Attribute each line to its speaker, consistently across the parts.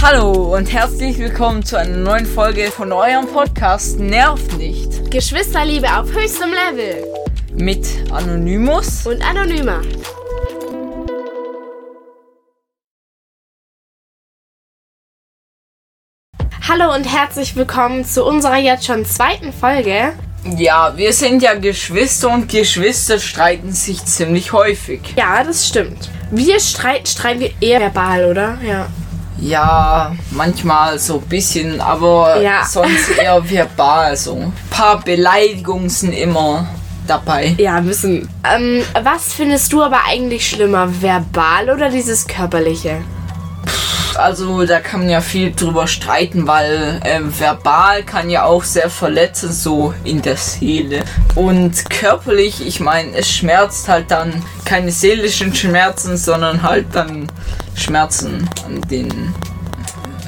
Speaker 1: Hallo und herzlich willkommen zu einer neuen Folge von eurem Podcast Nerv nicht
Speaker 2: Geschwisterliebe auf höchstem Level
Speaker 1: mit Anonymous.
Speaker 2: und anonymer. Hallo und herzlich willkommen zu unserer jetzt schon zweiten Folge.
Speaker 1: Ja, wir sind ja Geschwister und Geschwister streiten sich ziemlich häufig.
Speaker 2: Ja, das stimmt. Wir streiten, streiten wir eher verbal, oder? Ja.
Speaker 1: Ja, manchmal so ein bisschen, aber
Speaker 2: Ja.
Speaker 1: sonst eher verbal so. Ein paar Beleidigungen sind immer dabei.
Speaker 2: Ja, wissen. Ähm, was findest du aber eigentlich schlimmer, verbal oder dieses körperliche?
Speaker 1: Also da kann man ja viel drüber streiten, weil ähm, verbal kann ja auch sehr verletzen, so in der Seele. Und körperlich, ich meine, es schmerzt halt dann keine seelischen Schmerzen, sondern halt dann Schmerzen an den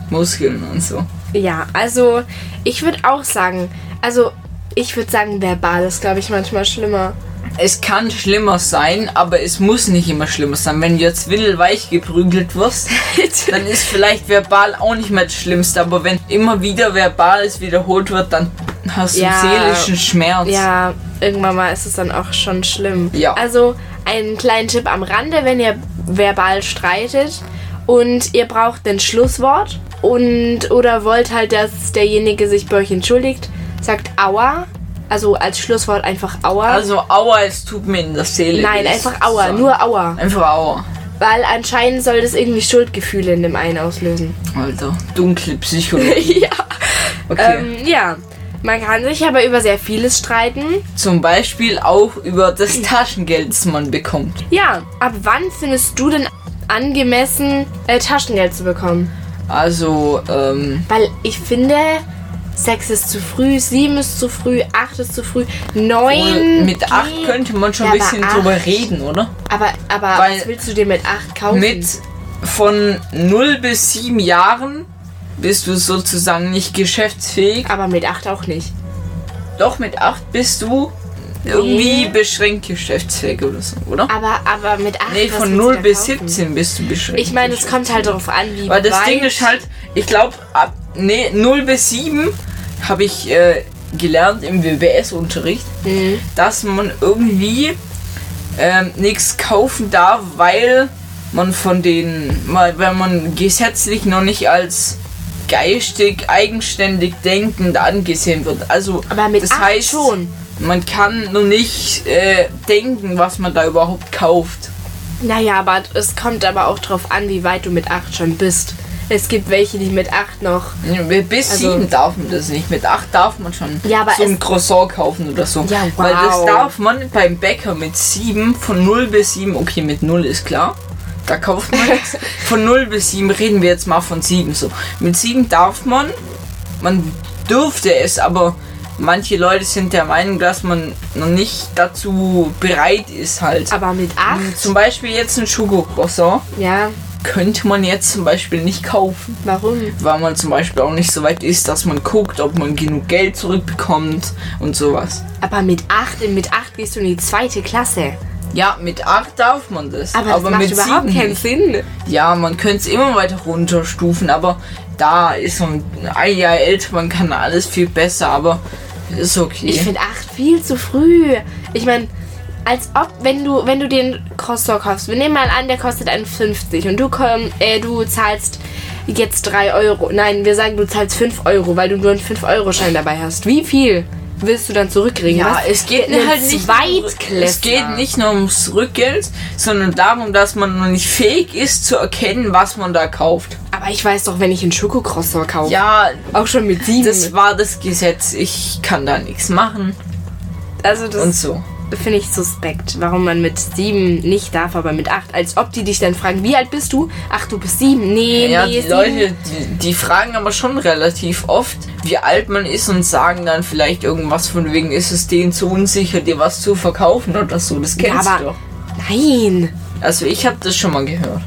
Speaker 1: Muskeln und so.
Speaker 2: Ja, also ich würde auch sagen, also ich würde sagen, verbal ist, glaube ich, manchmal schlimmer.
Speaker 1: Es kann schlimmer sein, aber es muss nicht immer schlimmer sein. Wenn du jetzt windelweich geprügelt wirst, dann ist vielleicht verbal auch nicht mehr das Schlimmste. Aber wenn immer wieder verbales wiederholt wird, dann hast du
Speaker 2: Ja.
Speaker 1: seelischen Schmerz.
Speaker 2: Ja, irgendwann mal ist es dann auch schon schlimm.
Speaker 1: Ja.
Speaker 2: Also einen kleinen Tipp am Rande, wenn ihr verbal streitet und ihr braucht ein Schlusswort und oder wollt halt, dass derjenige sich bei euch entschuldigt, sagt Aua. Also als Schlusswort einfach Aua.
Speaker 1: Also Aua, es tut mir in der Seele.
Speaker 2: Nein,
Speaker 1: weh,
Speaker 2: einfach Aua,
Speaker 1: sozusagen.
Speaker 2: nur Aua.
Speaker 1: Einfach Aua.
Speaker 2: Weil anscheinend soll das irgendwie Schuldgefühle in dem einen auslösen.
Speaker 1: Alter, Also, dunkle Psychologie.
Speaker 2: ja.
Speaker 1: Okay.
Speaker 2: Ähm, ja. Man kann sich aber über sehr vieles streiten.
Speaker 1: Zum Beispiel auch über
Speaker 2: Hm.
Speaker 1: das Taschengeld, das man bekommt.
Speaker 2: Ja, ab wann findest du denn angemessen, äh, Taschengeld zu bekommen?
Speaker 1: Also, ähm,
Speaker 2: Weil ich finde, sechs ist zu früh, sieben ist zu früh, acht ist zu früh, neun.
Speaker 1: mit 8
Speaker 2: geht,
Speaker 1: könnte man schon ein
Speaker 2: Ja, aber
Speaker 1: bisschen
Speaker 2: acht.
Speaker 1: drüber reden, oder?
Speaker 2: Aber, aber
Speaker 1: Weil-
Speaker 2: was willst du dir mit acht kaufen?
Speaker 1: Mit von 0 bis 7 Jahren bist du sozusagen nicht geschäftsfähig.
Speaker 2: aber mit acht auch nicht.
Speaker 1: Doch mit 8 bist du irgendwie beschränkt geschäftsfähig oder so, oder?
Speaker 2: Aber, aber mit acht.
Speaker 1: Nee,
Speaker 2: was
Speaker 1: von
Speaker 2: willst du
Speaker 1: 0
Speaker 2: da
Speaker 1: bis
Speaker 2: kaufen?
Speaker 1: 17 bist du beschränkt.
Speaker 2: Ich meine, es
Speaker 1: geschäftsfähig.
Speaker 2: kommt halt darauf an, wie
Speaker 1: Weil das
Speaker 2: weit-
Speaker 1: Ding ist halt, ich glaube, ab nee, 0 bis 7 habe ich äh, gelernt im WBS-Unterricht,
Speaker 2: Mhm.
Speaker 1: dass man irgendwie ähm, nichts kaufen darf, weil man von den, weil weil man gesetzlich noch nicht als geistig, eigenständig denkend angesehen wird. Also,
Speaker 2: Aber mit
Speaker 1: das
Speaker 2: acht
Speaker 1: heißt,
Speaker 2: schon.
Speaker 1: man kann noch nicht äh, denken, was man da überhaupt kauft.
Speaker 2: Naja, aber es kommt aber auch darauf an, wie weit du mit acht schon bist. Es gibt welche, die mit acht noch
Speaker 1: Bis
Speaker 2: Also-
Speaker 1: sieben darf man das nicht. Mit acht darf man schon
Speaker 2: Ja, aber
Speaker 1: so ein
Speaker 2: es-
Speaker 1: Croissant kaufen oder so.
Speaker 2: Ja,
Speaker 1: Weil das
Speaker 2: wow.
Speaker 1: darf man beim Bäcker mit sieben, von 0 bis 7, okay, mit 0 ist klar. Da kauft man nichts. Von 0 bis 7 reden wir jetzt mal von 7 so. Mit 7 darf man, man dürfte es, aber manche Leute sind der Meinung, dass man noch nicht dazu bereit ist halt.
Speaker 2: Aber mit acht?
Speaker 1: Zum Beispiel jetzt ein Schokocroissant
Speaker 2: Ja,
Speaker 1: könnte man jetzt zum Beispiel nicht kaufen
Speaker 2: warum?
Speaker 1: weil man zum Beispiel auch nicht so weit ist, dass man guckt, ob man genug Geld zurückbekommt und sowas.
Speaker 2: Aber mit acht, mit acht gehst du in die zweite Klasse.
Speaker 1: Ja, mit 8 darf man das,
Speaker 2: Aber,
Speaker 1: aber,
Speaker 2: das macht
Speaker 1: mit
Speaker 2: überhaupt
Speaker 1: 7
Speaker 2: keinen
Speaker 1: nicht.
Speaker 2: Sinn.
Speaker 1: Ja, man könnte es immer weiter runterstufen, aber da ist man ein Jahr älter, man kann alles viel besser, aber ist
Speaker 2: Ich
Speaker 1: okay.
Speaker 2: finde acht viel zu früh. Ich meine, als ob, wenn du, wenn du den Crosstalk kaufst, wir nehmen mal an, der kostet 1,50 und du komm, äh, du zahlst jetzt 3 Euro. Nein, wir sagen, du zahlst 5 Euro, weil du nur einen 5-Euro-Schein dabei hast. Wie viel willst du dann zurückkriegen?
Speaker 1: Ja,
Speaker 2: Was?
Speaker 1: es geht
Speaker 2: Einen
Speaker 1: halt nicht
Speaker 2: Zweitklässler.
Speaker 1: es geht nicht nur ums Rückgeld, sondern darum, dass man noch nicht fähig ist zu erkennen, was man da kauft.
Speaker 2: Aber ich weiß doch, wenn ich einen Schokocroissant kaufe.
Speaker 1: Ja,
Speaker 2: Auch schon mit sieben.
Speaker 1: das war das Gesetz. Ich kann da nichts machen
Speaker 2: also das
Speaker 1: und so.
Speaker 2: Finde ich suspekt, warum man mit sieben nicht darf, aber mit acht. Als ob die dich dann fragen, wie alt bist du? Ach, du bist sieben. Nee,
Speaker 1: Ja,
Speaker 2: nee,
Speaker 1: die
Speaker 2: sieben.
Speaker 1: Leute, die, die fragen aber schon relativ oft, wie alt man ist und sagen dann vielleicht irgendwas von wegen, ist es denen zu unsicher, dir was zu verkaufen oder so. Das
Speaker 2: Ja,
Speaker 1: kennst du
Speaker 2: aber
Speaker 1: doch.
Speaker 2: nein.
Speaker 1: Also ich habe das schon mal gehört.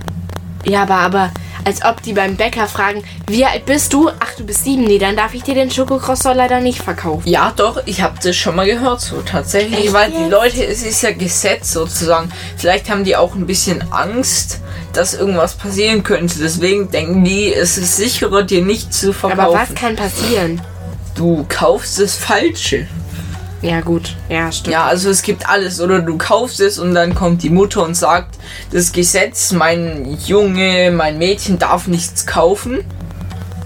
Speaker 2: Ja, aber, aber als ob die beim Bäcker fragen, wie alt bist du? Ach, du bist sieben. Nee, dann darf ich dir den Schokocroissant leider nicht verkaufen.
Speaker 1: Ja, doch, ich habe das schon mal gehört so tatsächlich,
Speaker 2: Echt
Speaker 1: weil die
Speaker 2: jetzt?
Speaker 1: Leute, es ist ja Gesetz sozusagen. Vielleicht haben die auch ein bisschen Angst, dass irgendwas passieren könnte. Deswegen denken die, es ist sicherer, dir nicht zu verkaufen.
Speaker 2: Aber was kann passieren?
Speaker 1: Du kaufst das Falsche.
Speaker 2: Ja, gut. Ja, stimmt.
Speaker 1: Ja, also es gibt alles. Oder du kaufst es und dann kommt die Mutter und sagt, das Gesetz, mein Junge, mein Mädchen darf nichts kaufen.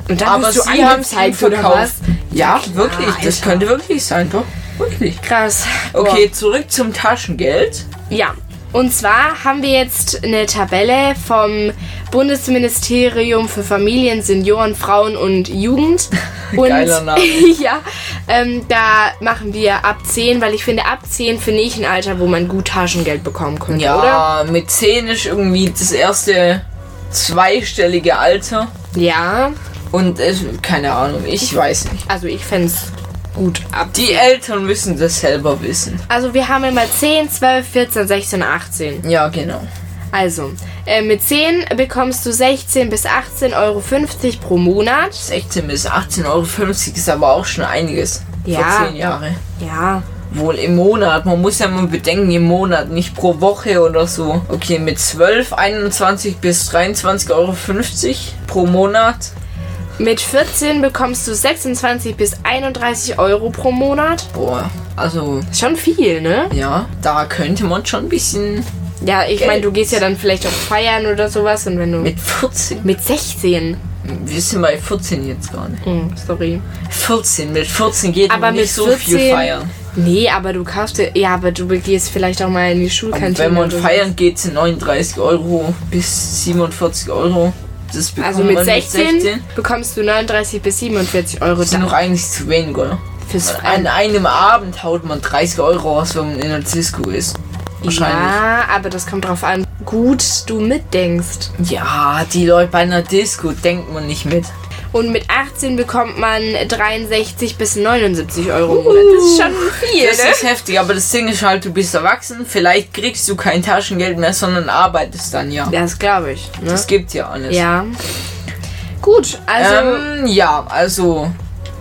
Speaker 2: Und dann
Speaker 1: aber
Speaker 2: wirst du
Speaker 1: sie haben es ihm
Speaker 2: angezeigt, oder
Speaker 1: verkauft.
Speaker 2: was?
Speaker 1: Ja,
Speaker 2: klar,
Speaker 1: wirklich. Das
Speaker 2: Alter.
Speaker 1: könnte wirklich sein, doch. Wirklich.
Speaker 2: Krass.
Speaker 1: Okay, zurück zum Taschengeld.
Speaker 2: Ja, und zwar haben wir jetzt eine Tabelle vom Bundesministerium für Familien, Senioren, Frauen und Jugend. Und
Speaker 1: Geiler Name.
Speaker 2: ja, ähm, da machen wir ab 10, weil ich finde, ab 10 finde ich ein Alter, wo man gut Taschengeld bekommen könnte, oder?
Speaker 1: Ja, mit 10 ist irgendwie das erste zweistellige Alter.
Speaker 2: Ja,
Speaker 1: Und äh, keine Ahnung, ich weiß nicht.
Speaker 2: also ich fände es gut ab.
Speaker 1: Die Eltern müssen das selber wissen.
Speaker 2: Also wir haben immer 10, 12, 14, 16, 18.
Speaker 1: Ja, genau.
Speaker 2: Also, äh, mit 10 bekommst du 16 bis 18,50 Euro pro Monat.
Speaker 1: 16 bis 18,50 Euro ist aber auch schon einiges.
Speaker 2: Ja.
Speaker 1: Für 10 Jahre.
Speaker 2: Ja,
Speaker 1: Wohl im Monat. Man muss ja mal bedenken, im Monat, nicht pro Woche oder so. Okay, mit 12, 21 bis 23,50 Euro pro Monat.
Speaker 2: Mit 14 bekommst du 26 bis 31 Euro pro Monat.
Speaker 1: Boah, also
Speaker 2: Ist Schon viel, ne?
Speaker 1: ja, da könnte man schon ein bisschen
Speaker 2: Ja, ich meine,
Speaker 1: Geld.
Speaker 2: du gehst ja dann vielleicht auch feiern oder sowas und wenn du. Mit,
Speaker 1: mit 14.
Speaker 2: mit 16.
Speaker 1: Wir sind bei 14 jetzt gar nicht.
Speaker 2: Hm, sorry.
Speaker 1: 14, mit 14 geht
Speaker 2: Aber
Speaker 1: man nicht
Speaker 2: mit
Speaker 1: so
Speaker 2: 14
Speaker 1: viel feiern.
Speaker 2: Nee, aber du kaufst dir. Ja, aber du gehst vielleicht auch mal in die
Speaker 1: Und
Speaker 2: Schulkantine.
Speaker 1: wenn man
Speaker 2: oder so.
Speaker 1: feiern geht, sind 39 Euro bis 47 Euro. Das bekommt
Speaker 2: Also mit
Speaker 1: man
Speaker 2: 16,
Speaker 1: mit 16.
Speaker 2: bekommst du 39 bis 47 Euro
Speaker 1: Das sind
Speaker 2: da
Speaker 1: doch eigentlich zu wenig, oder?
Speaker 2: fürs
Speaker 1: An
Speaker 2: Feiern.
Speaker 1: einem Abend haut man 30 Euro aus, wenn man in der Disco ist. Wahrscheinlich.
Speaker 2: Ja, aber das kommt drauf an, gut du mitdenkst.
Speaker 1: Ja, die Leute bei einer Disco denkt man nicht mit.
Speaker 2: Und mit 18 bekommt man 63 bis 79 Euro im Monat. Das ist schon viel,
Speaker 1: Das
Speaker 2: ne?
Speaker 1: ist heftig, aber das Ding ist halt, du bist erwachsen, vielleicht kriegst du kein Taschengeld mehr, sondern arbeitest dann ja.
Speaker 2: Das glaube ich. Ne?
Speaker 1: Das gibt ja alles.
Speaker 2: Ja. Gut, also.
Speaker 1: Ähm, ja, also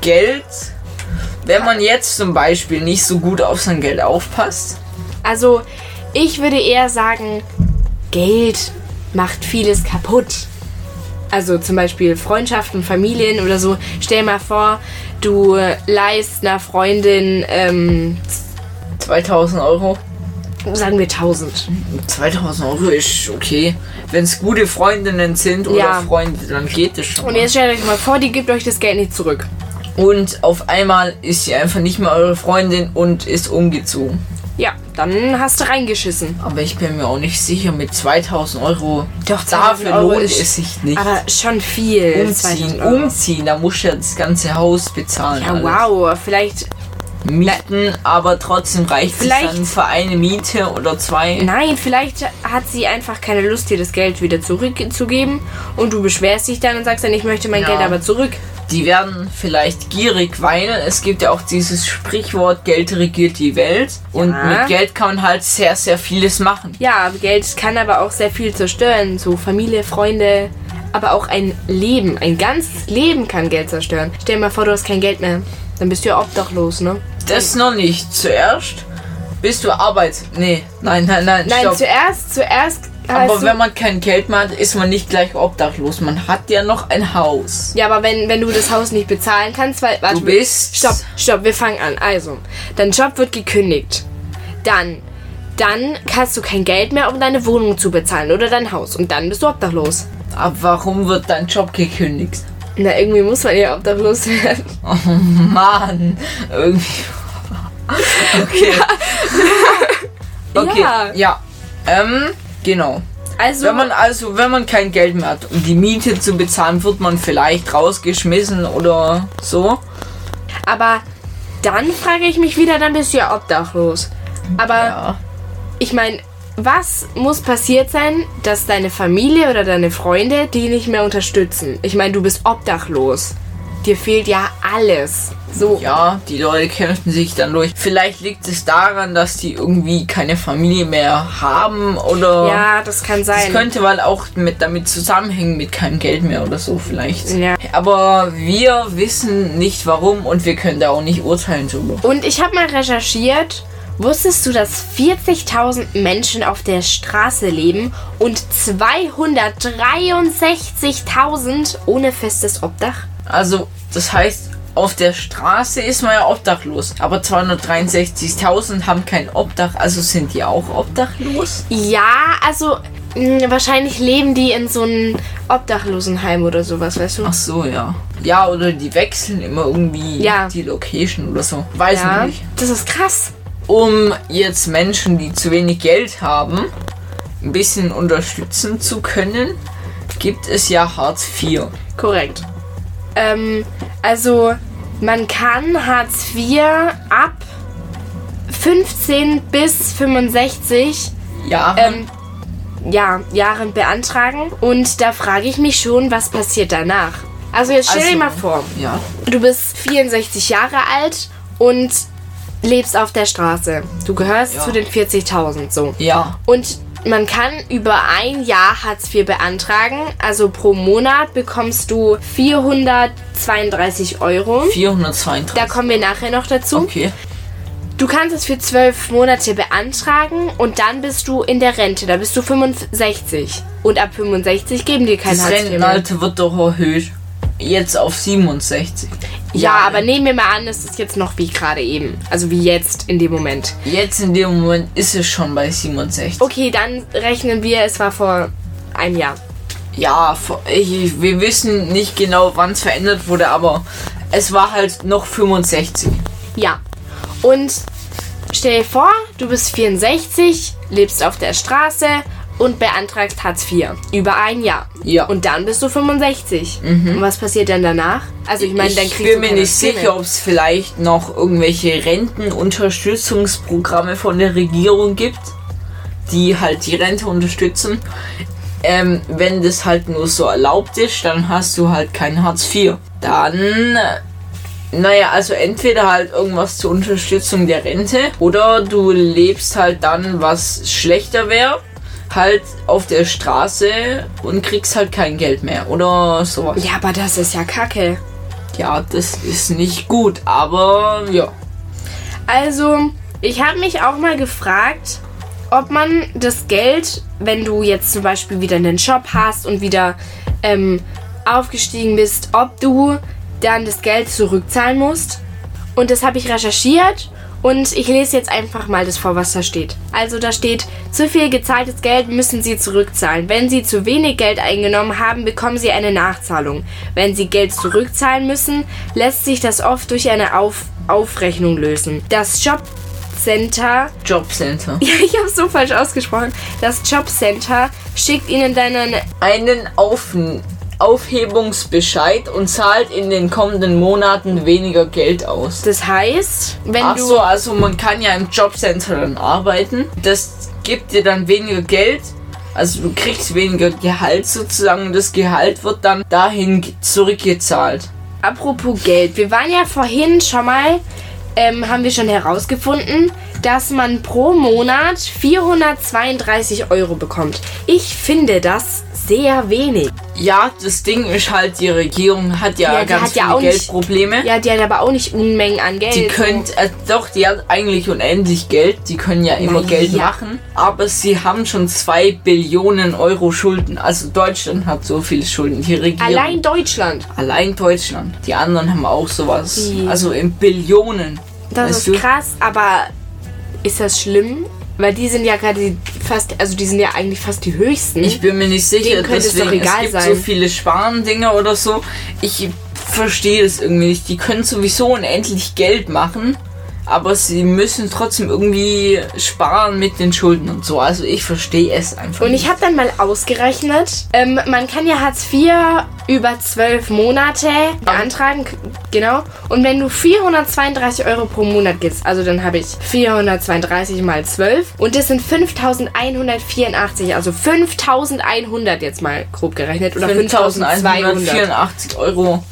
Speaker 1: Geld. Wenn man jetzt zum Beispiel nicht so gut auf sein Geld aufpasst,
Speaker 2: Also, ich würde eher sagen, Geld macht vieles kaputt. Also zum Beispiel Freundschaften, Familien oder so. Stell mal vor, du leihst einer Freundin, ähm,
Speaker 1: 2000 Euro.
Speaker 2: sagen wir 1000.
Speaker 1: 2000 Euro ist okay. Wenn es gute Freundinnen sind oder
Speaker 2: Ja.
Speaker 1: Freunde, dann geht es schon.
Speaker 2: Und jetzt stellt euch mal vor, die gibt euch das Geld nicht zurück.
Speaker 1: Und auf einmal ist sie einfach nicht mehr eure Freundin und ist umgezogen.
Speaker 2: Ja, dann hast du reingeschissen.
Speaker 1: Aber ich bin mir auch nicht sicher, mit 2000 Euro.
Speaker 2: Doch, 2000
Speaker 1: dafür
Speaker 2: Euro
Speaker 1: lohnt
Speaker 2: ist-
Speaker 1: es sich nicht.
Speaker 2: Aber schon viel. 2000
Speaker 1: umziehen,
Speaker 2: Euro.
Speaker 1: umziehen, da musst du ja das ganze Haus bezahlen.
Speaker 2: Ja,
Speaker 1: alles.
Speaker 2: wow. Vielleicht.
Speaker 1: Mieten, aber trotzdem reicht es
Speaker 2: Vielleicht-
Speaker 1: dann für eine Miete oder zwei.
Speaker 2: Nein, vielleicht hat sie einfach keine Lust, dir das Geld wieder zurückzugeben. Und du beschwerst dich dann und sagst dann, ich möchte mein
Speaker 1: Ja.
Speaker 2: Geld aber zurück.
Speaker 1: Die werden vielleicht gierig, weil es gibt ja auch dieses Sprichwort, Geld regiert die Welt. Und
Speaker 2: Ja.
Speaker 1: mit Geld kann man halt sehr, sehr vieles machen.
Speaker 2: Ja, Geld kann aber auch sehr viel zerstören. So Familie, Freunde. Aber auch ein Leben, ein ganzes Leben kann Geld zerstören. Stell dir mal vor, du hast kein Geld mehr. Dann bist du ja obdachlos, ne?
Speaker 1: Das noch nicht. Zuerst bist du Arbeit. Nee, nein, nein, nein.
Speaker 2: Nein,
Speaker 1: stopp.
Speaker 2: zuerst, zuerst. äh,
Speaker 1: Aber
Speaker 2: hast du-
Speaker 1: wenn man kein Geld mehr hat, ist man nicht gleich obdachlos. Man hat ja noch ein Haus.
Speaker 2: Ja, aber wenn, wenn du das Haus nicht bezahlen kannst, weil. Warte,
Speaker 1: Du bist-
Speaker 2: Stopp, stopp, wir fangen an. Also, dein Job wird gekündigt. Dann. Dann hast du kein Geld mehr, um deine Wohnung zu bezahlen oder dein Haus. Und dann bist du obdachlos.
Speaker 1: Aber warum wird dein Job gekündigt?
Speaker 2: Na, irgendwie muss man ja obdachlos werden.
Speaker 1: Mann, irgendwie. Okay. Okay,
Speaker 2: Ja.
Speaker 1: ja. Ähm, genau.
Speaker 2: Also,
Speaker 1: Wenn man also, wenn man kein Geld mehr hat, um die Miete zu bezahlen, wird man vielleicht rausgeschmissen oder so.
Speaker 2: aber dann frage ich mich wieder, dann bist du ja obdachlos. Aber
Speaker 1: Ja.
Speaker 2: ich meine, was muss passiert sein, dass deine Familie oder deine Freunde die nicht mehr unterstützen? Ich meine, du bist obdachlos. Dir fehlt ja alles. So,
Speaker 1: Ja, die Leute kämpfen sich dann durch. Vielleicht liegt es daran, dass die irgendwie keine Familie mehr haben oder.
Speaker 2: Ja, das kann
Speaker 1: Das
Speaker 2: sein.
Speaker 1: könnte mal auch mit, damit zusammenhängen, mit keinem Geld mehr oder so vielleicht.
Speaker 2: Ja.
Speaker 1: Aber wir wissen nicht warum und wir können da auch nicht urteilen drüber.
Speaker 2: und ich habe mal recherchiert Wusstest du, dass 40.000 Menschen auf der Straße leben und 263.000 ohne festes Obdach?
Speaker 1: Also, das heißt, auf der Straße ist man ja obdachlos. Aber 263.000 haben kein Obdach, also sind die auch obdachlos?
Speaker 2: Ja, also mh, wahrscheinlich leben die in so einem Obdachlosenheim oder sowas, weißt du?
Speaker 1: Ach so, ja. Ja, oder die wechseln immer irgendwie
Speaker 2: Ja.
Speaker 1: die Location oder so. Weiß
Speaker 2: ja,
Speaker 1: nicht.
Speaker 2: das ist krass.
Speaker 1: Um jetzt Menschen, die zu wenig Geld haben, ein bisschen unterstützen zu können, gibt es ja Hartz IV.
Speaker 2: Korrekt. Ähm, also man kann Hartz IV ab 15 bis 65
Speaker 1: Ja,
Speaker 2: ähm, ja, Jahren beantragen. Und da frage ich mich schon, was passiert danach? Also jetzt stell
Speaker 1: Also-
Speaker 2: dir mal vor,
Speaker 1: ja.
Speaker 2: du bist 64 Jahre alt und lebst auf der Straße. Du gehörst
Speaker 1: Ja.
Speaker 2: zu den 40.000 so.
Speaker 1: Ja,
Speaker 2: Und man kann über ein Jahr Hartz IV beantragen. Also pro Monat bekommst du 432 Euro.
Speaker 1: 432.
Speaker 2: Da kommen wir nachher noch dazu.
Speaker 1: okay.
Speaker 2: Du kannst es für zwölf Monate beantragen und dann bist du in der Rente. Da bist du 65. Und ab 65 geben die kein
Speaker 1: Das
Speaker 2: Hartz IV mehr.
Speaker 1: Rentenalter wird doch erhöht. Jetzt auf 67.
Speaker 2: Ja, aber nehmen wir mal an, es ist jetzt noch wie gerade eben. Also wie jetzt in dem Moment.
Speaker 1: Jetzt in dem Moment ist es schon bei 67.
Speaker 2: Okay, dann rechnen wir, es war vor einem Jahr.
Speaker 1: Ja, vor- ich, wir wissen nicht genau, wann es verändert wurde, aber es war halt noch 65.
Speaker 2: Ja. Und stell dir vor, du bist 64, lebst auf der Straße und beantragst Hartz IV. Über ein Jahr.
Speaker 1: Ja. Mhm.
Speaker 2: Und dann bist du 65. Und was passiert dann danach? Also ich meine, dann
Speaker 1: ich
Speaker 2: kriegst
Speaker 1: bin
Speaker 2: du
Speaker 1: mir
Speaker 2: keine
Speaker 1: nicht
Speaker 2: Stimme.
Speaker 1: sicher, ob es vielleicht noch irgendwelche Rentenunterstützungsprogramme von der Regierung gibt, die halt die Rente unterstützen. Ähm, wenn das halt nur so erlaubt ist, dann hast du halt kein Hartz IV. Dann, äh, naja, also entweder halt irgendwas zur Unterstützung der Rente oder du lebst halt dann, was schlechter wäre, halt auf der Straße und kriegst halt kein Geld mehr oder sowas.
Speaker 2: Ja, aber das ist ja kacke.
Speaker 1: Ja, das ist nicht gut, aber ja.
Speaker 2: Also, ich habe mich auch mal gefragt, ob man das Geld, wenn du jetzt zum Beispiel wieder einen Shop hast und wieder ähm, aufgestiegen bist, ob du dann das Geld zurückzahlen musst. Und das habe ich recherchiert und ich lese jetzt einfach mal das vor, was da steht. Also da steht, zu viel gezahltes Geld müssen Sie zurückzahlen. Wenn Sie zu wenig Geld eingenommen haben, bekommen Sie eine Nachzahlung. Wenn Sie Geld zurückzahlen müssen, lässt sich das oft durch eine Auf Aufrechnung lösen. Das Jobcenter
Speaker 1: Jobcenter.
Speaker 2: ja, ich habe so falsch ausgesprochen. Das Jobcenter schickt Ihnen dann eine.
Speaker 1: Einen Auf Aufhebungsbescheid und zahlt in den kommenden Monaten weniger Geld aus.
Speaker 2: Das heißt, wenn
Speaker 1: Ach
Speaker 2: du
Speaker 1: so, also man kann ja im Jobcenter dann arbeiten. Das gibt dir dann weniger Geld. Also du kriegst weniger Gehalt sozusagen und das Gehalt wird dann dahin ge- zurückgezahlt.
Speaker 2: Apropos Geld, wir waren ja vorhin schon mal, ähm, haben wir schon herausgefunden, dass man pro Monat 432 Euro bekommt. Ich finde das sehr wenig.
Speaker 1: Ja, das Ding ist halt, die Regierung hat ja,
Speaker 2: Ja, die
Speaker 1: ganz
Speaker 2: hat ja
Speaker 1: viele
Speaker 2: auch nicht-
Speaker 1: Geldprobleme.
Speaker 2: Ja, die hat aber auch nicht Unmengen an Geld.
Speaker 1: Die könnt, äh, doch, die hat eigentlich unendlich Geld. Die können ja immer
Speaker 2: Na
Speaker 1: Geld
Speaker 2: ja.
Speaker 1: machen. Aber sie haben schon 2 Billionen Euro Schulden. Also Deutschland hat so viele Schulden. Die Regierung.
Speaker 2: Allein Deutschland.
Speaker 1: Allein Deutschland. Die anderen haben auch sowas.
Speaker 2: Ja.
Speaker 1: Also in Billionen.
Speaker 2: Das
Speaker 1: weißt
Speaker 2: ist
Speaker 1: du?
Speaker 2: krass, aber ist das schlimm? Weil die sind ja gerade die- fast, also die sind ja eigentlich fast die höchsten.
Speaker 1: Ich bin mir nicht sicher,
Speaker 2: Denen könnte es
Speaker 1: deswegen
Speaker 2: doch egal
Speaker 1: es gibt so
Speaker 2: sein.
Speaker 1: viele Sparendinger oder so. Ich verstehe das irgendwie nicht. Die können sowieso unendlich Geld machen, aber sie müssen trotzdem irgendwie sparen mit den Schulden und so. Also ich verstehe es einfach.
Speaker 2: Und
Speaker 1: nicht.
Speaker 2: ich habe dann mal ausgerechnet, ähm, man kann ja Hartz IV über zwölf Monate beantragen, k- genau. Und wenn du 432 Euro pro Monat gibst, also dann habe ich 432 mal 12 und das sind 5.184, also 5.100 jetzt mal grob gerechnet oder 5.200
Speaker 1: 5.184 Euro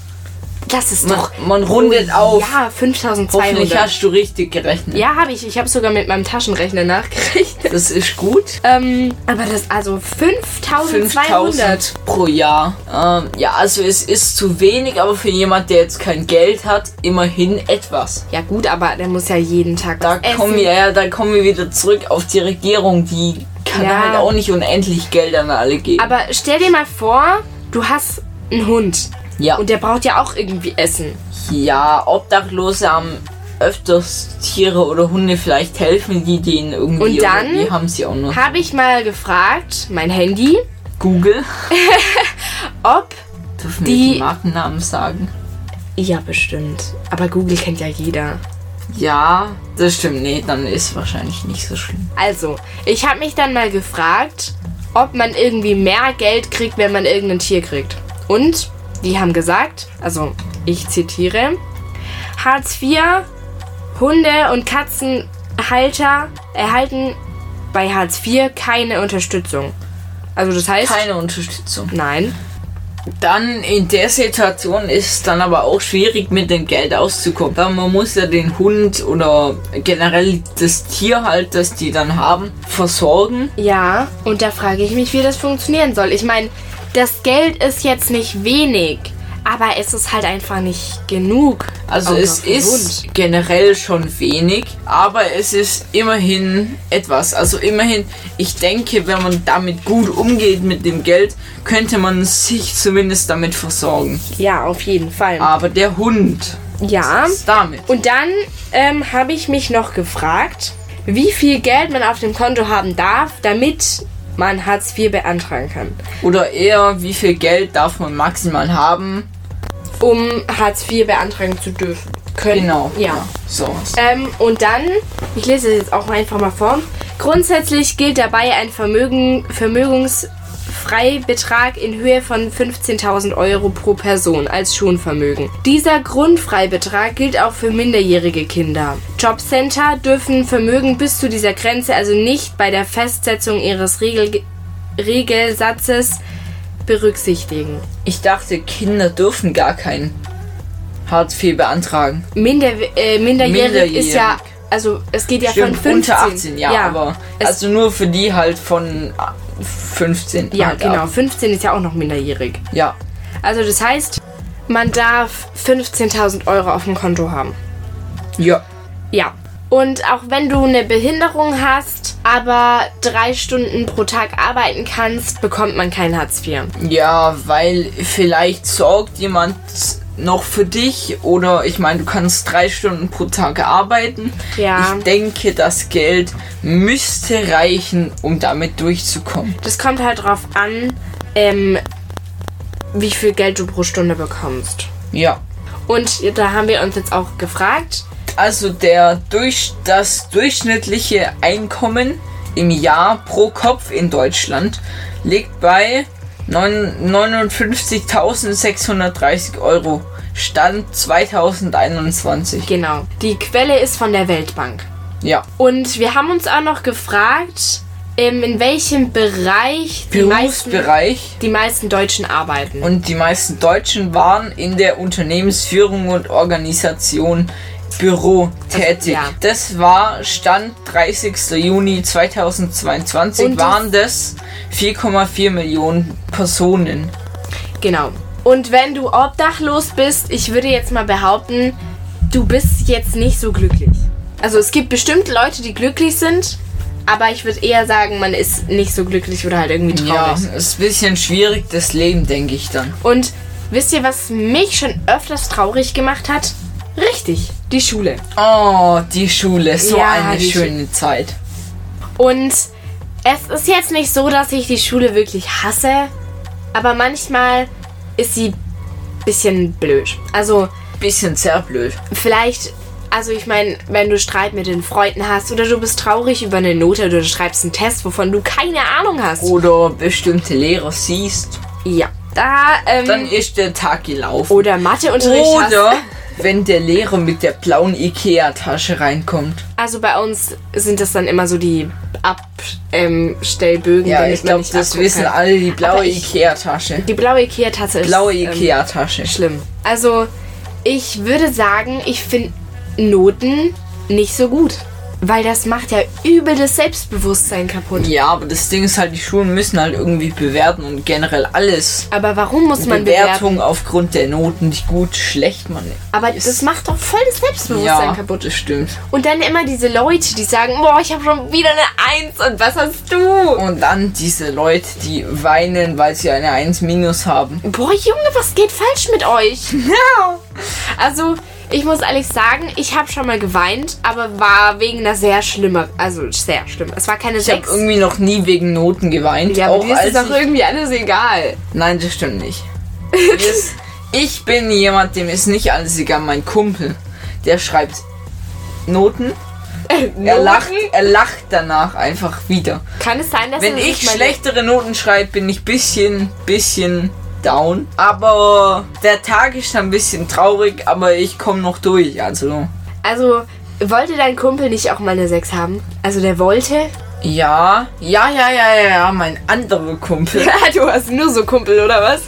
Speaker 2: Lass es
Speaker 1: Man,
Speaker 2: doch. Oh,
Speaker 1: man rundet auf.
Speaker 2: Ja, 5200.
Speaker 1: Hoffentlich hast du richtig gerechnet.
Speaker 2: Ja, habe ich. Ich habe sogar mit meinem Taschenrechner nachgerechnet.
Speaker 1: Das ist gut.
Speaker 2: Ähm, aber das, also 5200.
Speaker 1: 5000 pro Jahr. Ähm, ja, also es ist zu wenig, aber für jemand, der jetzt kein Geld hat, immerhin etwas.
Speaker 2: Ja, gut, aber der muss ja jeden Tag
Speaker 1: Da
Speaker 2: was essen.
Speaker 1: kommen, wir, ja, da kommen wir wieder zurück auf die Regierung. Die kann
Speaker 2: Ja.
Speaker 1: halt auch nicht unendlich Geld an alle geben.
Speaker 2: Aber stell dir mal vor, du hast einen Hund.
Speaker 1: Ja.
Speaker 2: Und der braucht ja auch irgendwie Essen.
Speaker 1: ja, Obdachlose haben öfters Tiere oder Hunde. Vielleicht helfen die denen irgendwie.
Speaker 2: Und
Speaker 1: oder
Speaker 2: dann
Speaker 1: Die haben sie auch noch.
Speaker 2: Habe ich mal gefragt, mein Handy,
Speaker 1: Google.
Speaker 2: ob.
Speaker 1: Dürfen
Speaker 2: Die-
Speaker 1: wir die Markennamen sagen?
Speaker 2: Ja, bestimmt. Aber Google kennt ja jeder.
Speaker 1: Ja, das stimmt. Nee, dann ist wahrscheinlich nicht so schlimm.
Speaker 2: Also, ich habe mich dann mal gefragt, ob man irgendwie mehr Geld kriegt, wenn man irgendein Tier kriegt. Und die haben gesagt, also ich zitiere, Hartz IV, Hunde und Katzenhalter erhalten bei Hartz IV keine Unterstützung. Also das heißt,
Speaker 1: Keine Unterstützung.
Speaker 2: nein.
Speaker 1: Dann in der Situation ist es dann aber auch schwierig mit dem Geld auszukommen, weil man muss ja den Hund oder generell das Tier halt, das die dann haben, versorgen.
Speaker 2: Ja, und da frage ich mich, wie das funktionieren soll. Ich meine, das Geld ist jetzt nicht wenig, aber es ist halt einfach nicht genug.
Speaker 1: Also
Speaker 2: Auch
Speaker 1: es
Speaker 2: noch für den
Speaker 1: ist
Speaker 2: Hund.
Speaker 1: generell schon wenig, aber es ist immerhin etwas. Also immerhin, ich denke, wenn man damit gut umgeht mit dem Geld, könnte man sich zumindest damit versorgen.
Speaker 2: Ja, auf jeden Fall.
Speaker 1: Aber der Hund
Speaker 2: Ja.
Speaker 1: ist damit.
Speaker 2: Und dann ähm, habe ich mich noch gefragt, wie viel Geld man auf dem Konto haben darf, damit man Hartz IV beantragen kann.
Speaker 1: Oder eher, wie viel Geld darf man maximal haben?
Speaker 2: Um Hartz IV beantragen zu dürfen. Können.
Speaker 1: Genau.
Speaker 2: Ja.
Speaker 1: So.
Speaker 2: Ähm, und dann, ich lese das jetzt auch einfach mal vor. Grundsätzlich gilt dabei ein Vermögen, Vermögensfreibetrag in Höhe von 15.000 Euro pro Person als Schonvermögen. Dieser Grundfreibetrag gilt auch für minderjährige Kinder. Jobcenter dürfen Vermögen bis zu dieser Grenze also nicht bei der Festsetzung ihres Regel, Regelsatzes berücksichtigen.
Speaker 1: Ich dachte, Kinder dürfen gar kein Hartz IV beantragen.
Speaker 2: Minder, äh, minderjährig,
Speaker 1: Minderjährig.
Speaker 2: ist ja, also es geht ja
Speaker 1: Stimmt,
Speaker 2: von 15.
Speaker 1: unter 18, ja, aber
Speaker 2: es
Speaker 1: also nur für die halt von ah, 15.
Speaker 2: Ja,
Speaker 1: halt
Speaker 2: genau.
Speaker 1: Ab.
Speaker 2: 15 ist ja auch noch minderjährig.
Speaker 1: Ja.
Speaker 2: Also das heißt, man darf 15.000 Euro auf dem Konto haben.
Speaker 1: Ja.
Speaker 2: Ja. Und auch wenn du eine Behinderung hast, aber drei Stunden pro Tag arbeiten kannst, bekommt man kein Hartz IV.
Speaker 1: Ja, weil vielleicht sorgt jemand noch für dich oder ich meine, du kannst drei Stunden pro Tag arbeiten.
Speaker 2: Ja.
Speaker 1: Ich denke, das Geld müsste reichen, um damit durchzukommen.
Speaker 2: Das kommt halt drauf an, ähm, wie viel Geld du pro Stunde bekommst.
Speaker 1: Ja.
Speaker 2: Und da haben wir uns jetzt auch gefragt,
Speaker 1: Also der durch das durchschnittliche Einkommen im Jahr pro Kopf in Deutschland liegt bei neun- 59.630 Euro. Stand 2021.
Speaker 2: genau, die Quelle ist von der Weltbank.
Speaker 1: Ja.
Speaker 2: Und wir haben uns auch noch gefragt, ähm, in welchem Bereich die meisten,
Speaker 1: Berufsbereich.
Speaker 2: die meisten Deutschen arbeiten.
Speaker 1: Und die meisten Deutschen waren in der Unternehmensführung und Organisation Büro tätig.
Speaker 2: ja.
Speaker 1: Das war Stand 30. Juni 2022
Speaker 2: Und das-
Speaker 1: waren das 4,4 Millionen Personen.
Speaker 2: Genau. Und wenn du obdachlos bist, ich würde jetzt mal behaupten, du bist jetzt nicht so glücklich. Also es gibt bestimmt Leute, die glücklich sind, aber ich würde eher sagen, man ist nicht so glücklich oder halt irgendwie
Speaker 1: Ja,
Speaker 2: traurig.
Speaker 1: ist ein bisschen schwierig das Leben, denke ich dann.
Speaker 2: Und wisst ihr, was mich schon öfters traurig gemacht hat? Richtig, die Schule.
Speaker 1: Oh, die Schule, so
Speaker 2: Ja,
Speaker 1: eine
Speaker 2: die Schu-
Speaker 1: schöne Zeit.
Speaker 2: Und es ist jetzt nicht so, dass ich die Schule wirklich hasse, aber manchmal ist sie ein bisschen blöd. Also
Speaker 1: Bisschen sehr blöd.
Speaker 2: vielleicht, also ich meine, wenn du Streit mit den Freunden hast oder du bist traurig über eine Note oder du schreibst einen Test, wovon du keine Ahnung hast.
Speaker 1: Oder bestimmte Lehrer siehst,
Speaker 2: Ja, da ähm,
Speaker 1: dann ist der Tag gelaufen.
Speaker 2: oder Matheunterricht hast.
Speaker 1: Oder wenn der Lehrer mit der blauen Ikea-Tasche reinkommt.
Speaker 2: Also bei uns sind das dann immer so die Abstellbögen.
Speaker 1: Ja,
Speaker 2: damit
Speaker 1: ich
Speaker 2: man
Speaker 1: glaube,
Speaker 2: nicht
Speaker 1: das
Speaker 2: abgucken
Speaker 1: wissen
Speaker 2: kann.
Speaker 1: alle, die blaue
Speaker 2: Aber ich-
Speaker 1: Ikea-Tasche.
Speaker 2: Die blaue Ikea-Tasse ist
Speaker 1: Blaue
Speaker 2: ähm,
Speaker 1: Ikea-Tasche.
Speaker 2: schlimm. Also Ich würde sagen, ich finde Noten nicht so gut. Weil das macht ja übel das Selbstbewusstsein kaputt.
Speaker 1: Ja, aber das Ding ist halt, die Schulen müssen halt irgendwie bewerten und generell alles.
Speaker 2: Aber warum muss man bewerten?
Speaker 1: Bewertung aufgrund der Noten, nicht gut, schlecht, man.
Speaker 2: Aber
Speaker 1: ist-
Speaker 2: das macht doch voll das Selbstbewusstsein
Speaker 1: ja,
Speaker 2: kaputt.
Speaker 1: Das stimmt.
Speaker 2: Und dann immer diese Leute, die sagen, boah, ich habe schon wieder eine Eins und was hast du?
Speaker 1: Und dann diese Leute, die weinen, weil sie eine 1 minus haben.
Speaker 2: Boah, Junge, was geht falsch mit euch?
Speaker 1: Ja.
Speaker 2: Also, ich muss ehrlich sagen, ich habe schon mal geweint, aber war wegen einer sehr schlimmer, also sehr schlimm. Es war keine
Speaker 1: Ich habe
Speaker 2: Sechs.
Speaker 1: irgendwie noch nie wegen Noten geweint.
Speaker 2: Ja, aber
Speaker 1: auch
Speaker 2: dir ist
Speaker 1: als
Speaker 2: es doch
Speaker 1: ich,
Speaker 2: irgendwie alles egal.
Speaker 1: Nein, das stimmt nicht. Mir ist, ich bin jemand, dem ist nicht alles egal. Mein Kumpel, der schreibt Noten. Er lacht, er lacht danach einfach wieder.
Speaker 2: Kann es sein, dass
Speaker 1: Wenn
Speaker 2: er sich
Speaker 1: ich
Speaker 2: mal-
Speaker 1: schlechtere Noten schreibe, bin ich bisschen, bisschen down. Aber der Tag ist ein bisschen traurig, aber ich komme noch durch. Also
Speaker 2: Also, wollte dein Kumpel nicht auch mal eine Sechs haben? Also, der wollte?
Speaker 1: ja, ja, ja, ja, ja, ja. Mein anderer Kumpel,
Speaker 2: du hast nur so Kumpel, oder was?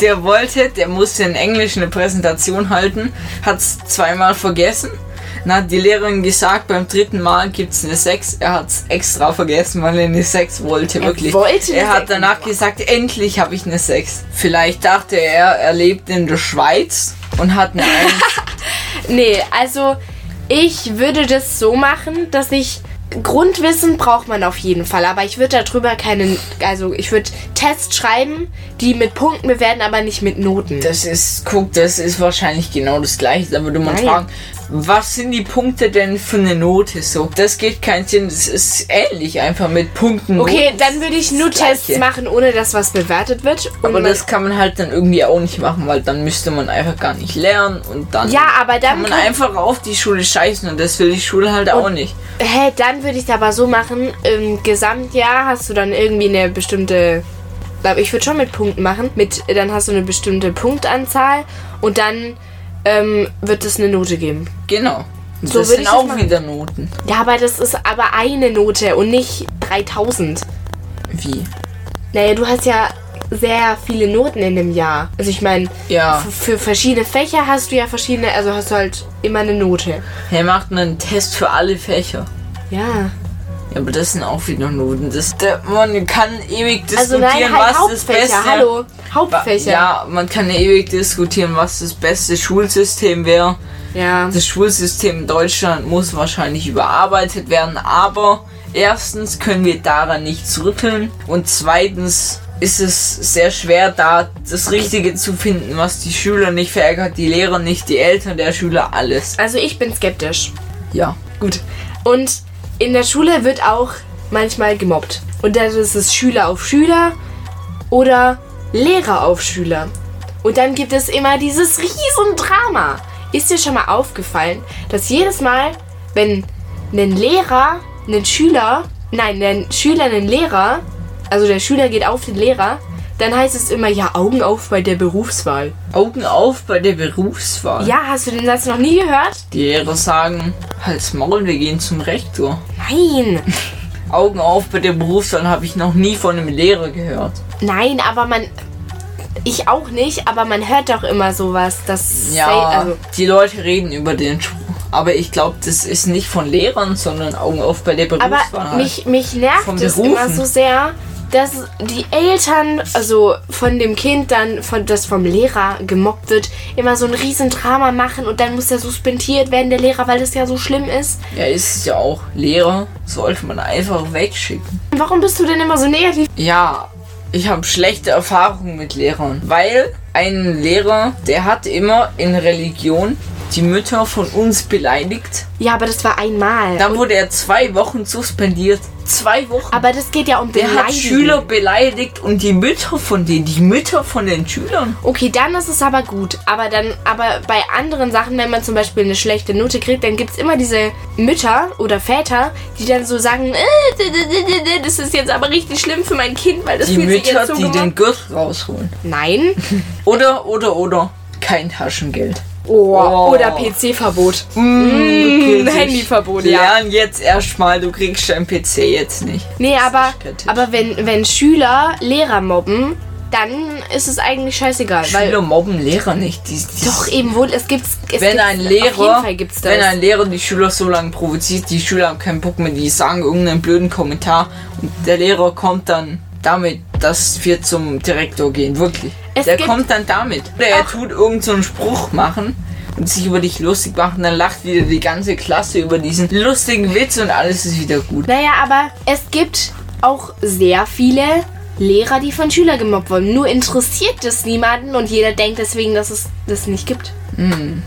Speaker 1: der wollte, der musste in Englisch eine Präsentation halten, hat's zweimal vergessen. Dann hat die Lehrerin gesagt, beim dritten Mal gibt's eine 6. Er hat's extra vergessen, weil er eine 6 wollte, wirklich.
Speaker 2: wollte eine
Speaker 1: er hat
Speaker 2: Sechs.
Speaker 1: danach gesagt, endlich habe ich eine 6. Vielleicht dachte er, er lebt in der Schweiz und hat eine 1.
Speaker 2: Nee, also, ich würde das so machen, dass ich. Grundwissen braucht man auf jeden Fall, aber ich würde darüber keinen. Also, ich würde Tests schreiben, die mit Punkten bewerten, aber nicht mit Noten.
Speaker 1: das ist, guck, das ist wahrscheinlich genau das gleiche. Da würde man
Speaker 2: Nein.
Speaker 1: fragen, was sind die Punkte denn für eine Note so? Das geht keinen Sinn, das ist ähnlich einfach mit Punkten.
Speaker 2: Okay,
Speaker 1: Noten.
Speaker 2: dann würde ich nur
Speaker 1: das Gleiche.
Speaker 2: Tests machen, ohne dass was bewertet wird. Und
Speaker 1: Aber
Speaker 2: man-
Speaker 1: das kann man halt dann irgendwie auch nicht machen, weil dann müsste man einfach gar nicht lernen und dann
Speaker 2: ja, aber dann
Speaker 1: kann man
Speaker 2: kann-
Speaker 1: einfach auf die Schule scheißen und das will die Schule halt auch nicht.
Speaker 2: Hä, dann würde ich es aber so machen, im Gesamtjahr hast du dann irgendwie eine bestimmte. Glaub, ich würde schon mit Punkten machen. Mit, dann hast du eine bestimmte Punktanzahl und dann ähm, wird es eine Note geben.
Speaker 1: Genau.
Speaker 2: So
Speaker 1: das
Speaker 2: würde
Speaker 1: sind
Speaker 2: ich das
Speaker 1: auch
Speaker 2: machen.
Speaker 1: wieder Noten.
Speaker 2: Ja, aber das ist aber eine Note und nicht 3000.
Speaker 1: Wie?
Speaker 2: Naja, du hast ja sehr viele Noten in dem Jahr. Also ich meine,
Speaker 1: Ja.
Speaker 2: f- für verschiedene Fächer hast du ja verschiedene, also hast du halt immer eine Note.
Speaker 1: Er macht einen Test für alle Fächer.
Speaker 2: Ja.
Speaker 1: Ja, aber das sind auch wieder Noten. Das, da, man kann ewig
Speaker 2: Also
Speaker 1: diskutieren,
Speaker 2: nein, halt
Speaker 1: was das Beste...
Speaker 2: Hauptfächer. Hallo,
Speaker 1: Wa-
Speaker 2: Hauptfächer.
Speaker 1: Ja, man kann ewig diskutieren, was das beste Schulsystem wäre.
Speaker 2: ja.
Speaker 1: Das Schulsystem in Deutschland muss wahrscheinlich überarbeitet werden, aber erstens können wir daran nichts rütteln und zweitens ist es sehr schwer, da das Richtige zu finden, was die Schüler nicht verärgert, die Lehrer nicht, die Eltern der Schüler, alles.
Speaker 2: Also ich bin skeptisch.
Speaker 1: Ja.
Speaker 2: Gut. Und in der Schule wird auch manchmal gemobbt. Und dann ist es Schüler auf Schüler oder Lehrer auf Schüler. Und dann gibt es immer dieses Riesendrama. Ist dir schon mal aufgefallen, dass jedes Mal, wenn ein Lehrer, einen Schüler, nein, ein Schüler, einen Lehrer, also der Schüler geht auf den Lehrer, dann heißt es immer, ja, Augen auf bei der Berufswahl.
Speaker 1: Augen auf bei der Berufswahl.
Speaker 2: Ja, hast du den Satz noch nie gehört?
Speaker 1: Die Lehrer sagen, halt's Maul, wir gehen zum Rektor.
Speaker 2: Nein.
Speaker 1: Augen auf bei der Berufswahl habe ich noch nie von einem Lehrer gehört.
Speaker 2: Nein, aber man. Ich auch nicht, aber man hört doch immer sowas, dass.
Speaker 1: Ja,
Speaker 2: Also,
Speaker 1: die Leute reden über den Spruch. Aber ich glaube, das ist nicht von Lehrern, sondern Augen auf bei der
Speaker 2: aber
Speaker 1: Berufswahl.
Speaker 2: mich, mich
Speaker 1: halt Vom
Speaker 2: nervt es
Speaker 1: Berufen.
Speaker 2: immer so sehr, dass die Eltern, also von dem Kind dann, von, das vom Lehrer gemobbt wird, immer so ein Riesendrama machen und dann muss der suspendiert werden, der Lehrer, weil das ja so schlimm ist.
Speaker 1: ja, ist ja auch. Lehrer sollte man einfach wegschicken.
Speaker 2: Warum bist du denn immer so negativ?
Speaker 1: Ja, ich habe schlechte Erfahrungen mit Lehrern. Weil ein Lehrer, der hat immer in Religion die Mütter von uns beleidigt.
Speaker 2: Ja, aber das war einmal.
Speaker 1: Dann wurde er zwei Wochen suspendiert. Zwei Wochen.
Speaker 2: aber das geht ja um
Speaker 1: der hat
Speaker 2: Beleidigen.
Speaker 1: Schüler beleidigt und die Mütter von denen, die Mütter von den Schülern.
Speaker 2: Okay, dann ist es aber gut. Aber dann, aber bei anderen Sachen, wenn man zum Beispiel eine schlechte Note kriegt, dann gibt es immer diese Mütter oder Väter, die dann so sagen, "Äh, d- d- d- d- das ist jetzt aber richtig schlimm für mein Kind, weil das
Speaker 1: Die
Speaker 2: fühlt
Speaker 1: Mütter,
Speaker 2: sich jetzt so
Speaker 1: die den
Speaker 2: gemobbt.
Speaker 1: Gürtel rausholen.
Speaker 2: Nein.
Speaker 1: Oder, oder, oder kein Taschengeld.
Speaker 2: Oh.
Speaker 1: Oh.
Speaker 2: Oder PC-Verbot.
Speaker 1: Mm,
Speaker 2: Handyverbot, ja.
Speaker 1: Lern jetzt erstmal, du kriegst dein PC jetzt nicht.
Speaker 2: Nee, aber,
Speaker 1: ist kritisch.
Speaker 2: aber wenn, wenn Schüler Lehrer mobben, dann ist es eigentlich scheißegal. Weil
Speaker 1: Schüler mobben Lehrer nicht. Die, die,
Speaker 2: doch eben wohl, es gibt es
Speaker 1: wenn
Speaker 2: gibt's-
Speaker 1: ein Lehrer,
Speaker 2: auf jeden Fall gibt's das.
Speaker 1: wenn ein Lehrer die Schüler so lange provoziert, die Schüler haben keinen Bock mehr, die sagen irgendeinen blöden Kommentar und der Lehrer kommt dann damit, dass wir zum Direktor gehen, wirklich.
Speaker 2: Es
Speaker 1: der
Speaker 2: gibt-
Speaker 1: kommt dann damit. Oder er
Speaker 2: Ach.
Speaker 1: tut irgendeinen so einen Spruch machen und sich über dich lustig machen, dann lacht wieder die ganze Klasse über diesen lustigen Witz und alles ist wieder gut.
Speaker 2: Naja, aber es gibt auch sehr viele Lehrer, die von Schülern gemobbt wurden. Nur interessiert es niemanden und jeder denkt deswegen, dass es das nicht gibt.
Speaker 1: Hm,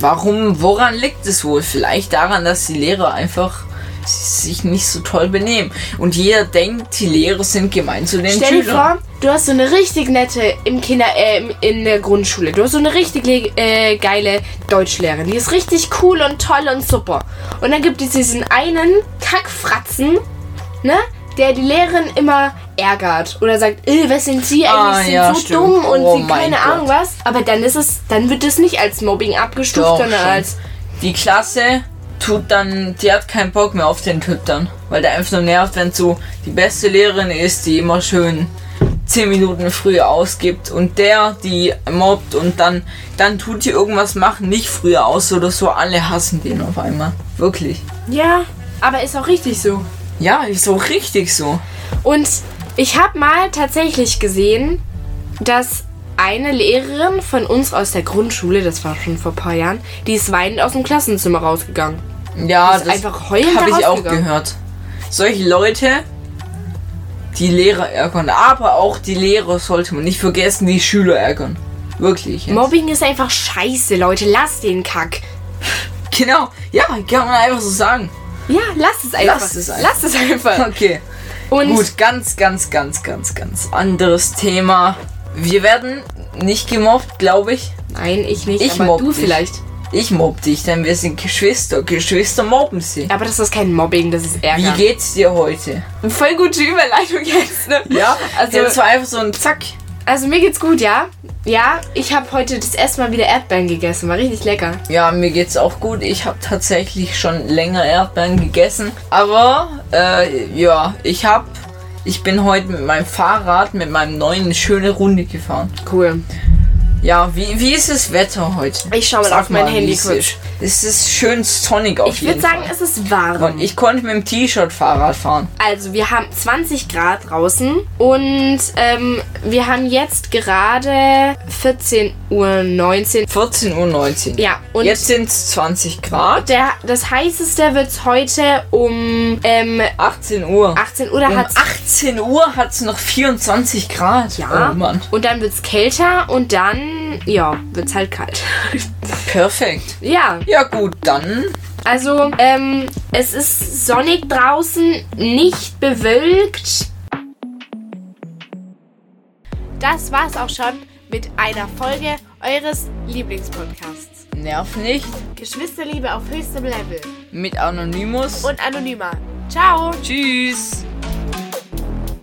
Speaker 1: Warum, woran liegt es wohl? Vielleicht daran, dass die Lehrer einfach sich nicht so toll benehmen. Und jeder denkt, die Lehrer sind gemein zu den
Speaker 2: Stell dir
Speaker 1: Schülern.
Speaker 2: vor, du hast so eine richtig nette im Kinder äh, im- in der Grundschule. Du hast so eine richtig le- äh, geile Deutschlehrerin. Die ist richtig cool und toll und super. Und dann gibt es diesen einen Kackfratzen, ne, der die Lehrerin immer ärgert oder sagt, "Äh, was sind sie eigentlich
Speaker 1: Ah,
Speaker 2: sind
Speaker 1: ja,
Speaker 2: so
Speaker 1: stimmt.
Speaker 2: dumm und
Speaker 1: Oh
Speaker 2: sie
Speaker 1: mein
Speaker 2: keine
Speaker 1: Gott.
Speaker 2: Ahnung was. Aber dann ist es, dann wird es nicht als Mobbing abgestuft,
Speaker 1: Doch,
Speaker 2: sondern
Speaker 1: schon.
Speaker 2: als
Speaker 1: Die Klasse tut dann, die hat keinen Bock mehr auf den Typ dann, weil der einfach nur nervt, wenn so die beste Lehrerin ist, die immer schön 10 Minuten früher ausgibt und der, die mobbt und dann, dann tut die irgendwas machen, nicht früher aus oder so, alle hassen den auf einmal. Wirklich.
Speaker 2: ja, aber ist auch richtig so.
Speaker 1: Ja, ist so richtig so.
Speaker 2: Und ich habe mal tatsächlich gesehen, dass eine Lehrerin von uns aus der Grundschule, das war schon vor ein paar Jahren, die ist weinend aus dem Klassenzimmer rausgegangen.
Speaker 1: Ja,
Speaker 2: Die ist einfach heulend
Speaker 1: habe
Speaker 2: da
Speaker 1: ich auch
Speaker 2: rausgegangen.
Speaker 1: gehört. Solche Leute, die Lehrer ärgern, aber auch die Lehrer sollte man nicht vergessen, die Schüler ärgern. Wirklich. Ja.
Speaker 2: Mobbing ist einfach scheiße, Leute. Lasst den Kack.
Speaker 1: Genau, ja, kann man einfach so sagen.
Speaker 2: Ja, lasst es einfach.
Speaker 1: Lasst es einfach.
Speaker 2: Lasst es einfach.
Speaker 1: Okay,
Speaker 2: Und
Speaker 1: gut, ganz, ganz, ganz, ganz, ganz anderes Thema. Wir werden nicht gemobbt, glaube ich.
Speaker 2: nein, ich nicht,
Speaker 1: Ich
Speaker 2: aber
Speaker 1: mobb
Speaker 2: du
Speaker 1: dich.
Speaker 2: vielleicht.
Speaker 1: Ich mobb dich, denn wir sind Geschwister. Geschwister mobben sie.
Speaker 2: Aber das ist kein Mobbing, das ist
Speaker 1: Wie
Speaker 2: Ärger.
Speaker 1: geht's dir heute?
Speaker 2: Voll gute Überleitung jetzt, ne?
Speaker 1: Ja,
Speaker 2: Also-
Speaker 1: also das war einfach so ein Zack.
Speaker 2: Also mir geht's gut, ja? Ja, ich habe heute das erste Mal wieder Erdbeeren gegessen. War richtig lecker.
Speaker 1: Ja, mir geht's auch gut. Ich habe tatsächlich schon länger Erdbeeren gegessen. Aber äh, ja, ich hab. Ich bin heute mit meinem Fahrrad, mit meinem neuen, eine schöne Runde gefahren.
Speaker 2: Cool.
Speaker 1: Ja, wie, wie ist das Wetter heute?
Speaker 2: Ich schau mal
Speaker 1: Sag
Speaker 2: auf mein Handy
Speaker 1: wie es
Speaker 2: kurz.
Speaker 1: ist. Es ist schön sonnig auf
Speaker 2: Ich
Speaker 1: jeden
Speaker 2: würde sagen,
Speaker 1: Fall.
Speaker 2: es ist warm.
Speaker 1: Und ich konnte mit dem T-Shirt Fahrrad fahren.
Speaker 2: Also wir haben 20 Grad draußen und ähm, wir haben jetzt gerade 14.19 Uhr.
Speaker 1: 14.19 Uhr.
Speaker 2: Ja, und
Speaker 1: Jetzt sind es 20 Grad.
Speaker 2: der, das heißeste wird es heute um ähm,
Speaker 1: 18 Uhr.
Speaker 2: 18 Uhr. Da
Speaker 1: um
Speaker 2: hat's,
Speaker 1: 18 Uhr hat es noch 24 Grad.
Speaker 2: ja,
Speaker 1: Oh Mann.
Speaker 2: und dann wird es kälter und dann, ja, wird es halt kalt.
Speaker 1: Perfekt.
Speaker 2: ja,
Speaker 1: Ja gut, dann
Speaker 2: also ähm, es ist sonnig draußen, nicht bewölkt. Das war's auch schon mit einer Folge eures Lieblingspodcasts.
Speaker 1: nerv nicht
Speaker 2: Geschwisterliebe auf höchstem Level
Speaker 1: mit Anonymous.
Speaker 2: und anonymer. Ciao!
Speaker 1: Tschüss.